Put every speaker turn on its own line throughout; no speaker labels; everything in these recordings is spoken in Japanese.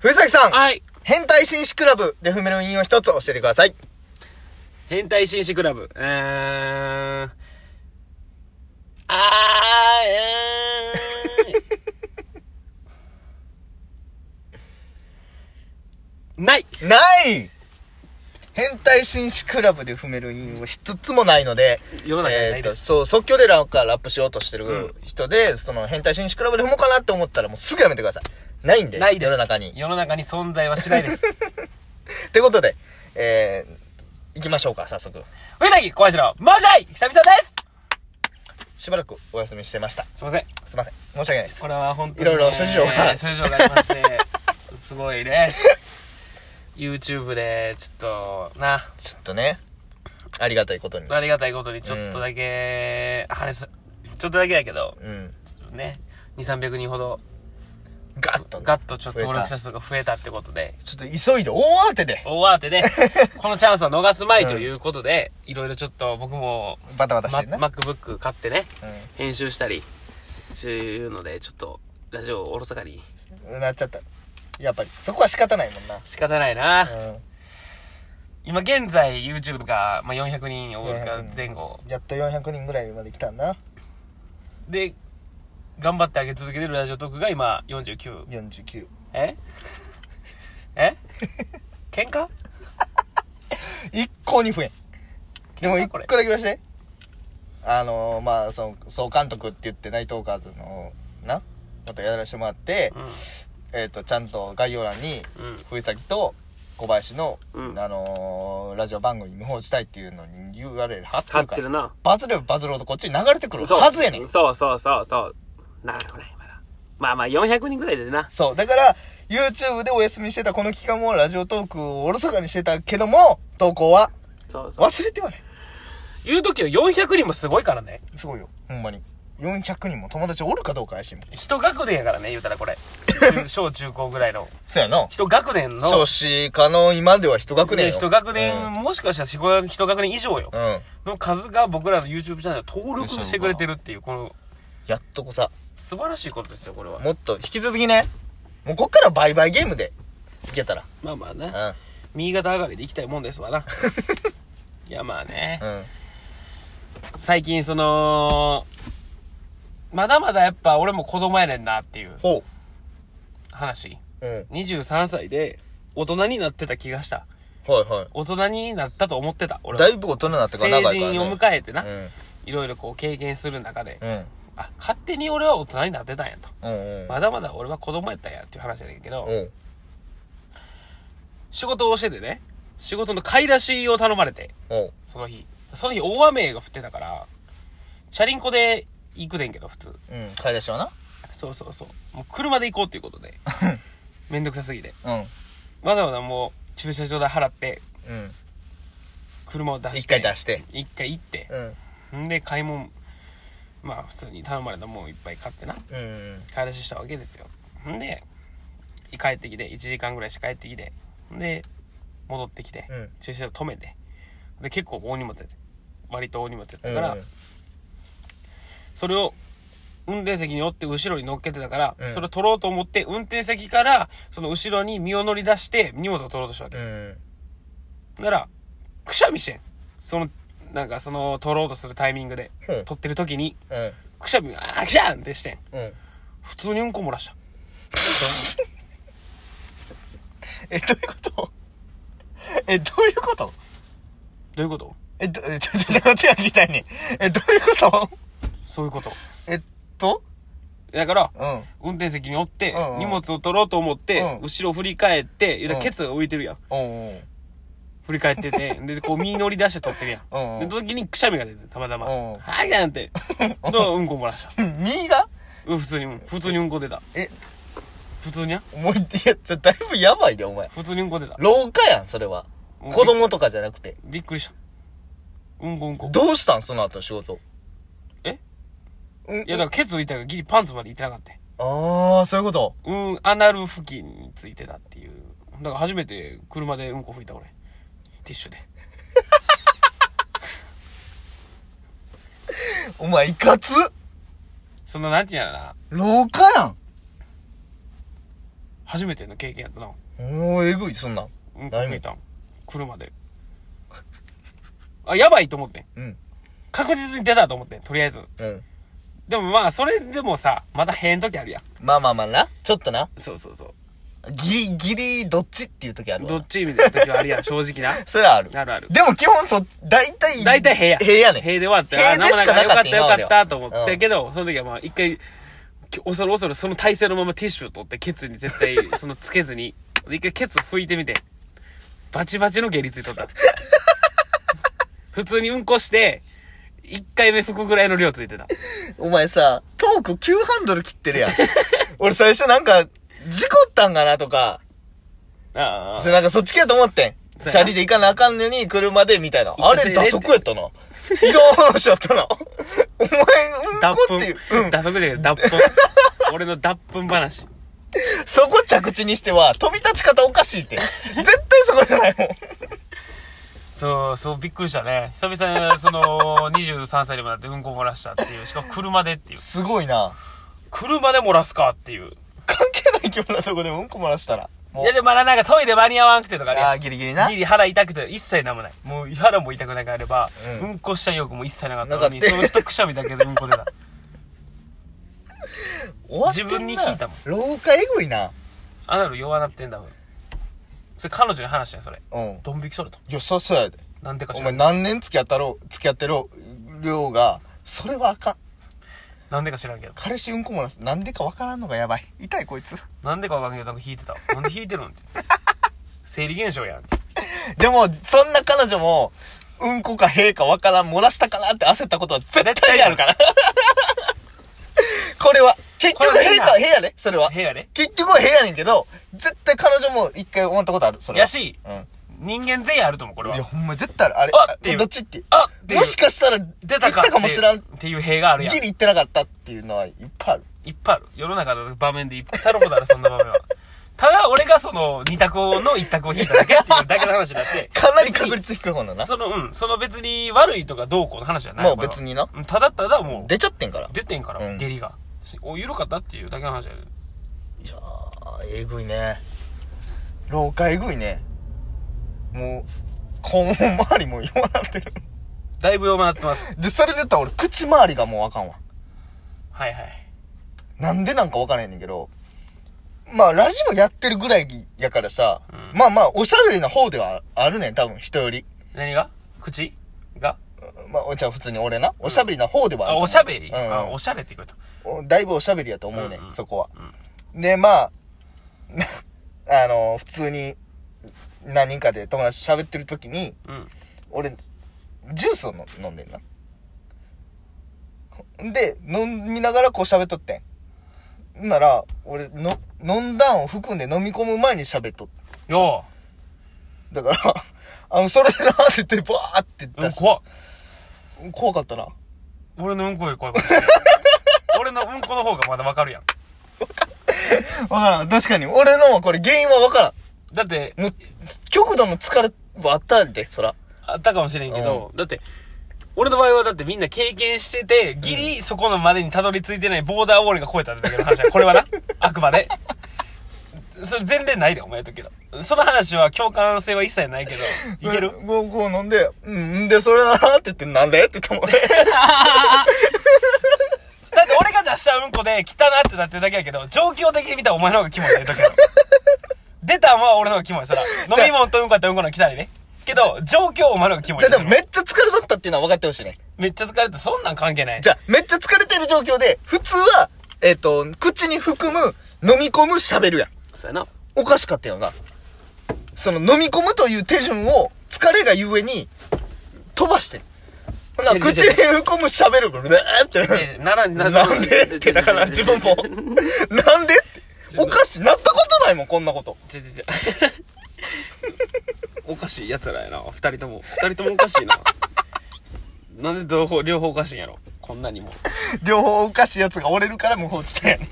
藤崎さん、
はい。
変態紳士クラブ、デフメロの引用一つ教えてください。
変態紳士クラブ。うーん。あー、えーん。 ない
ない変態紳士クラブで踏める引用一つもないので、
世の中に
え
な
ー
い
と、
です。
そう、即興でなんかラップしようとしてる
ん
人で、その変態紳士クラブで踏もうかなって思ったらもうすぐやめてください。ないんで、
ないです。
世の中に。
世の中に存在はしないです。
っ てことで、えー、行きましょうか、早速。
上崎小林の、もじゃい久々です
しばらくお休みしてました。
すいません。
すいません。申し訳ないです
こ。れは本当に、
いろいろ諸事情が
えー諸事情がありまして、 すごいね。YouTube で、ちょっと、な、
ちょっとね、ありがたいことに。
ありがたいことにちょっとだけ、跳ねさ、ちょっとだけだけど、
うん。
ちょっとね、2、300人ほど、
ガッとね、
ガッとちょっと
増えた
登録者数が増えたってことで、
ちょっと急いで、大慌てで、
大慌てで、このチャンスを逃すまいということで、いろいろちょっと僕も、
バタバタ
ま
してんな。
MacBook 買ってね、
うん
編集したり、していうので、ちょっと、ラジオをおろそかに。
なっちゃったやっぱりそこは仕方ないもんな
仕方ないな。
う
今現在 YouTube が、まあ、400人おるか
400
前後。
んやっと400人ぐらいまで来たんな
で、頑張って上げ続けてるラジオトークが今49。
49
え え喧嘩
一向に増えんでも
喧
一
嘩こ
個
れ
だけ言わしてあのー、まあその総監督って言ってナイトーカーズのなことやらせてもらって、えっ、とちゃんと概要欄に
うん
藤崎と小林の、
うん
あのー、ラジオ番組無法地帯っていうのに URL 貼って
張
る
っ
か
てる
ら
な。
バズればバズるほどこっちに流れてくるはずやねん
そうそうそうそう。流れてこない、まだ。まあまあ400人ぐらいでな。
そう。だから、YouTube でお休みしてたこの期間もラジオトークをおろそかにしてたけども、投稿は
そうそう。
忘れてはない。
言うときは400人もすごいからね。
すごいよ。ほんまに。400人も友達おるかどうか怪しいもん。
一学年やからね、言うたらこれ。中小中高ぐらいの。
そうやな。
一学年の。
少子化の今では一学年
ね
よ。
一学年、もしかしたら四五学一学年以上よ
う。ん。うん。
の数が僕らの YouTube チャンネルは登録してくれてるっていう、この
やっとこさ、
素晴らしいことですよ、これは。
もっと引き続きね、もうこっからバイバイゲームでいけたら。
まあまあ
う
な。
ん。
右肩上がりで行きたいもんです わな。いやまあね。
うん。
最近そのまだまだやっぱ俺も子供やねんなっていう
ほ
話
う。うん。はい
23歳で大人になってた気がした
は
大人になったと思ってた
い。
俺
だ
はい
ぶ大人になってから長い
成
から、ね。
人を迎えてな、
うん。
いろいろこう経験する中で、
うん。
あ勝手に俺は大人になってたんやと
うんうん。
まだまだ俺は子供やったんやっていう話やねんけど、
うん。
仕事をしててね仕事の買い出しを頼まれて
おう。
その日その日大雨が降ってたからチャリンコで行くねんけど普通
うん。買い出しはな。
そうそうそう。もう車で行こうっていうこと で。めんどくさすぎて。
うん。
わざわざもう駐車場代払って、
うん。
車を出して。
一回出して。
一回行って。
うん。
んで、買い物、まあ普通に頼まれたもんいっぱい買ってな。
うん。
買い出ししたわけですよ。んで、帰ってきて、1時間ぐらいして帰ってきて。んで、戻ってきて、
うん
駐車場止めて。で、結構大荷物やって。割と大荷物やったから、それを運転席に折って後ろに乗っけてたから、
うん
それを取ろうと思って運転席からその後ろに身を乗り出して荷物を取ろうとしたわけ、
うん。
ならくしゃみしてんそのなんかその取ろうとするタイミングで、
うん
取ってる時に
うん。
くしゃみあーくしゃんってしてん
うん。
普通にうんこ漏らした
え、どういうことえ、どういうこと
どういうこと
え、ど、え、ちょ、ちょ、ちょ、こっちが聞きたいねん。え、どういうこと
そういうこと
えっと
だから、
うん。
運転席におって、
うんうん
荷物を取ろうと思って、
うん
後ろ振り返って、いや
うん
ケツが浮いてるやん
おう
振り返っ てて、で、こう、身乗り出して撮ってるやん。
うんうん
で、時にくしゃみが出て、たまたま。
うん
はい、な んて。の、うんこ漏らした。
おう。右が
うん普通に、うん普通にうんこ出た。
え、
普通にや
もう、いや、ちょ、だいぶやばいで、お前。
普通にうんこ出た。
老化やん、それは。
うん
子供とかじゃなくて。
びっくりした。うんこうんこ。
どうしたんその後の仕事。
え
うん
いや、だからケツ浮いたからギリパンツまで行ってなかった。
あー、そういうこと。
うん、アナル付近についてたっていう。だから初めて車でうんこ吹いた俺。ティッシュで。
お前、いかつ
その、なんていうんやろな。
老化やん。
初めての経験やったな。
おー、えぐい、そんなん。
うんこ
ない
吹
ね
いたん。車で。あ、やばいと思ってん。
うん。
確実に出たと思ってん、とりあえず。
うん。
でもまあ、それでもさ、まだ変時あるやん。
まあまあまあな。ちょっとな。
そうそうそう。
ギリ、ギリ、どっちっていう時あるわ
ど
な
っちみたいな時はあるやん、正直 な。
それはある。
あるある
でも基本そ、大体。
大体平や。
平やねん。
平で終わって。
平でしかなかった
よかったよかったと
今ま
思
では
ってけど、その時はまあ一回、き恐る恐るその体勢のままティッシュを取って、ケツに絶 対、そのつけずに、で一回ケツ拭いてみて、バチバチの下痢ついとった。 普通にうんこして、一回目拭くぐらいの量ついてた。
お前さ、トーク急ハンドル切ってるや ん。俺最初なんか、事故ったんかなとか、
あ
それなんかそっち系やと思ってん。
そうやな
チャリで行かなあかんのに、車で、みたいな。あ
そ
れ、
れで
打足やったな。色直しやった な。お前、うん
脱
こっていう。う
粉。
ん。
打足で脱 粉。俺の脱粉話。
そこ着地にしては、飛び立ち方おかしいって。絶対そこじゃないもん。
そう、そう、びっくりしたね。久々に、その、23歳にも なってうんこ漏らしたっていう。しかも車でっていう。
すごいな。
車で漏らすかっていう。
関係ない今日のとこでうんこ漏らしたら。も
いやでもまだなんかトイレ間に合わんくてとか
う。あ
ね。
あ、ギリギリな
ギ。リ腹痛くて一切なんもない。もう腹も痛くなければ、
う
うんん、こした欲も一切なかったのに、
なかった
その人くしゃみだけでうんこ出た。
終わってんな
自分に聞いたもん
廊下えぐいな。
アナル弱なってんだもん。それ彼女に話したんやそれ。
うん。
ドン引きそれと。
いや、そ、そうやで。
なんでか
お
知ら
前
ん。
何年付き合ったろう、付き合ってろう、量が、それはあかん。
なんでか知らんけど。
彼氏うんこ漏らす。なんでかわからんのがやばい。痛いこいつ。
なんでかわからんけど、なんか引いてたわ。なんで引いてるのって。生理現象やんって。
でも、そんな彼女も、うんこか屁かわからん、漏らしたかなって焦ったことは絶
絶対
対にあるから。 これは、結局
これは
屁
屁な
か、屁やね。それは。
部屋で。
結局は屁やねんけど、絶対彼女も一回思ったことある。それは。
やし、
うん。
人間全員あると思う、これ
いや、
は。
ほんま絶対ある。あれ、
あっていう
どっちって。
あっていう
もしかしたら、出
出たか
かもしらん。ギ
っていう塀がある
リ
やん。
行ってなかったっていうのはいっぱいある。
いっぱいある。世の中の場面でいっぱいさることある、そんな場面は。ただ、俺がその、二択の一択を引いただけっていうだけの話にな って。
かなり確率低い方だな
別に。。その、うん。その別に悪いとかどうこうの話じゃない。
まあ
これは
別にな。
うんただただもう、
出ちゃってんから。
出てんか
う
ら、
ん
下痢が。お、緩かったっていうだけの話やで。
いやー、えぐいね。廊下えぐいね。もう、肛門周りも弱なってる。
だいぶ弱まってます。
で、それで言ったら俺、口周りがもうあかんわ。
はいはい。
なんでなんかわからへんねんけど。まあ、ラジオやってるぐらいやからさ、
うん
まあまあ、おしゃべりな方ではあるねん、多分、人より。
何が口が
まあ、お茶普通に俺な。おしゃべりな方ではあると
あ、
思う。
おしゃべり
うん
あ、おしゃれって言うこと。
おだいぶおしゃべりやと思うね、
うんうん
そこは、でまあ あの普通に何人かで友達と喋ってる時に
うん。
俺ジュースをの飲んでんなで飲みながらこう喋っとってんなら俺の飲んだんを含んで飲み込む前に喋っとっ
よ
だから あのそれでなーって言ってバーって
う。うん、
出し、
怖っ。
怖かったな
俺のうんこより怖い こと。俺のうんこの方がまだわかるやん。
分からん確かに俺のはこれ原因は分からん
だって、
もう、極度の疲れはあったで、そら。
あったかもしれんけど、だって、俺の場合はだってみんな経験してて、ギリそこのまでにたどり着いてないボーダーウォールが超えたってだけの話 や。これはな、あくまで。それ前例ないで、お前とけど。その話は共感性は一切ないけど、いける
うんこう、こう飲んで、うん、んで、それだなって言って、なんでって言ったもんね。
だって俺が出したうんこで汚なってなってるだけやけど、状況的に見たらお前の方がキモいね、と けど。出たんは俺の方がキモい、そら。飲み物とうんこやったらうんこの方が汚いね。けど、状況はお前の方がキモい
じゃ
ね。
あでもめっちゃ疲れとったっていうのは分かってほしいね。
めっちゃ疲れて、そんなん関係ない。
じゃあ、めっちゃ疲れてる状況で、普通は、えっ、と、口に含む、飲み込む、喋るやん。
そうやな。
おかしかったよな。その、飲み込むという手順を、疲れがゆえに、飛ばしてん。ほな、
いやいやい
口
や
に含む、喋る、ブルーってなる
え。なら、なら、
なんでって、だから自分 も、なんでって、おかしい、なったことないもん、こんなこと。
ちょちょちょ おかしい奴らやな二人とも二人ともおかしいな なんで両方両方おかしいんやろこんなにも
両方おかしいやつが折れるから無法地帯 やね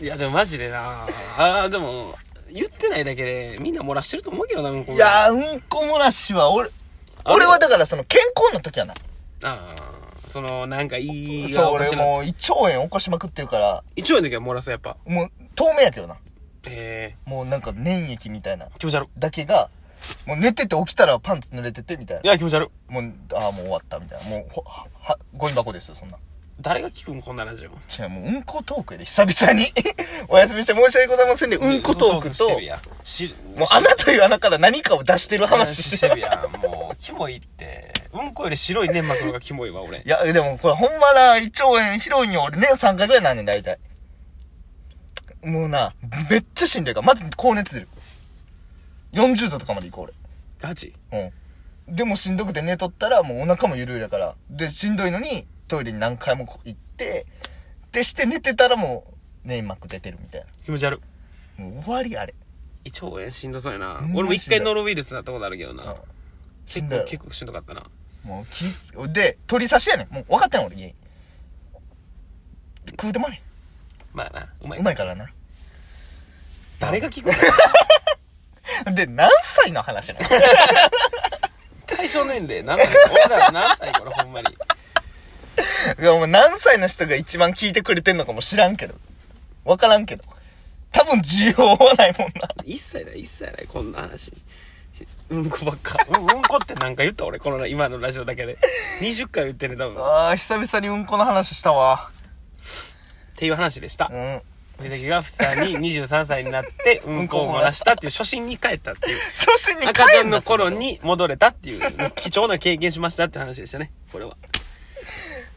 いやでもマジでなあーでも言ってないだけでみんな漏らしてると思うけどなうんこ
いやーうんこ漏らしは俺俺はだからその健康の時はな
あーそのなんかいい
そう
おか
俺
しいな
もう胃腸炎起こしまくってるから
一応の時は漏らすやっぱ
もう透明やけどな
え
もうなんか粘液みたいな
ー、気持ち悪い。
だけがもう寝てて起きたらパンツ濡れててみたい
い
な
や、気持ち悪い。
もうああもう終わったみたいなもうほははゴミ箱ですよそんな
誰が聞くんこんなラジオ。
違うもううんこトークやで久々に お休みして申し訳ございませんでうんこトークと
してるやん。し
もう穴という穴から何かを出してる話
話
し
してて
る
るやん。もう、キモいって。うんこより白い粘膜の方がキモいわ、俺
い。や、でもこれほんまな、胃腸炎、広いに俺年3回ぐらいなんねん、大体。もうな、めっちゃしんどいから、まず高熱出る。40度とかまで行こう、
ガチ
俺。うん。でもしんどくて寝とったら、もうお腹もゆるゆるやから。で、しんどいのに、トイレに何回も行って、でして寝てたらもう、粘膜出てるみたい
気持ち悪い。
な。もう終わり、あれ。
胃腸炎しんどそうやな
ほんま。
俺も一回
しんど
ノ
い
ロウイルスになったことあるけどな。
し
結
んどいや
構、
ろ。
結構しんどかったな。
もうきつ、で、取り差しやねん。もう分かってんの、俺、家に。で食うてもらえ
まあな、お前
ん。う、まいからな。
誰が聞くん
で、何歳の話 なの
対象年齢何歳俺ら何歳からほんまに。
いや、もう何歳の人が一番聞いてくれてんのかも知らんけど。わからんけど。多分需要はないもんな。
一切ない一切ないこんな話うんこばっか うんうんこって何回言った俺この今のラジオだけで20回言ってるね多分っ
ああ、久々にうんこの話したわ。
ていう話でした
うん。
藤崎が普通に23歳にな ってうんこを漏らしたっていう初心に帰ったっていう
初心に帰
赤ちゃんの
それ
頃に戻れたっていう貴重な経験しましたって話でしたねこれは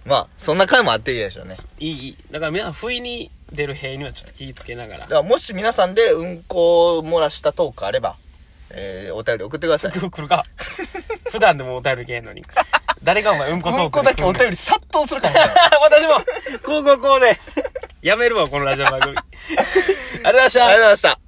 まあ、そんな回もあっていいでしょうね。
いいいいだから皆さん不意に出る塀にはちょっと気ぃつけながら
だからもし皆さんでうんこを漏らしたトークあれば、えー、お便り送ってください。
来る来るか普段でもお便りけへんのに誰がお前うんこ
う
トー
んこ
クで
だ
来
け
る
お
んだ
便り殺到するかもしれ ない。
私も、こうこうこうで、やめるわ、このラジオ番組。ありがとうございまし
ありがと
た
うございました。